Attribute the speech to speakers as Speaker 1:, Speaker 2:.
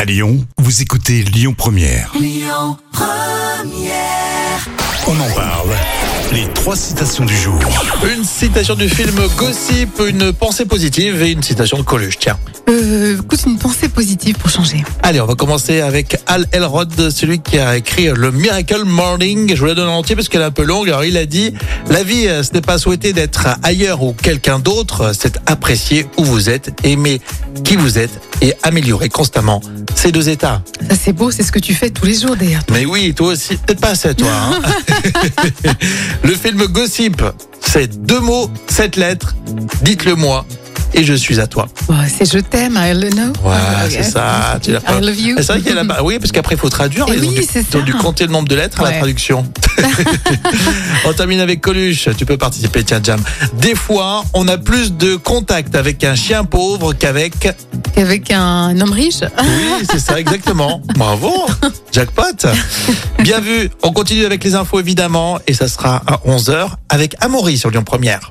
Speaker 1: À Lyon, vous écoutez Lyon Première. On en parle. Les trois citations du jour.
Speaker 2: Une citation du film Gossip, une pensée positive et une citation de Coluche. Tiens.
Speaker 3: Euh, écoute, une pensée positive pour changer.
Speaker 2: Allez, on va commencer avec Al Elrod, celui qui a écrit Le Miracle Morning. Je vous la donne en entier parce qu'elle est un peu longue. Alors, il a dit La vie, euh, ce n'est pas souhaiter d'être ailleurs ou quelqu'un d'autre, c'est apprécier où vous êtes, aimer qui vous êtes et améliorer constamment ces deux états.
Speaker 3: Ça, c'est beau, c'est ce que tu fais tous les jours d'ailleurs.
Speaker 2: Mais oui, toi aussi, peut-être pas assez, toi. hein. le film Gossip, c'est deux mots, sept lettres. Dites-le moi et je suis à toi.
Speaker 3: Oh, c'est je t'aime, I love you.
Speaker 2: Ouais, c'est ça. Tu l'as pas.
Speaker 3: Ah, I love you.
Speaker 2: C'est vrai qu'il y a la barre. Oui, parce qu'après, il faut traduire.
Speaker 3: Eh
Speaker 2: Ils ont
Speaker 3: oui,
Speaker 2: dû,
Speaker 3: c'est
Speaker 2: ils ont
Speaker 3: ça.
Speaker 2: dû compter le nombre de lettres à la
Speaker 3: Ouais.
Speaker 2: traduction. on termine avec Coluche. Tu peux participer, tiens, Jam. Des fois, on a plus de contact avec un chien pauvre qu'avec.
Speaker 3: Avec un homme riche.
Speaker 2: Oui, c'est ça, exactement. Bravo. Jackpot. Bien vu. On continue avec les infos, évidemment. Et ça sera à 11h avec Amaury sur Lyon Première.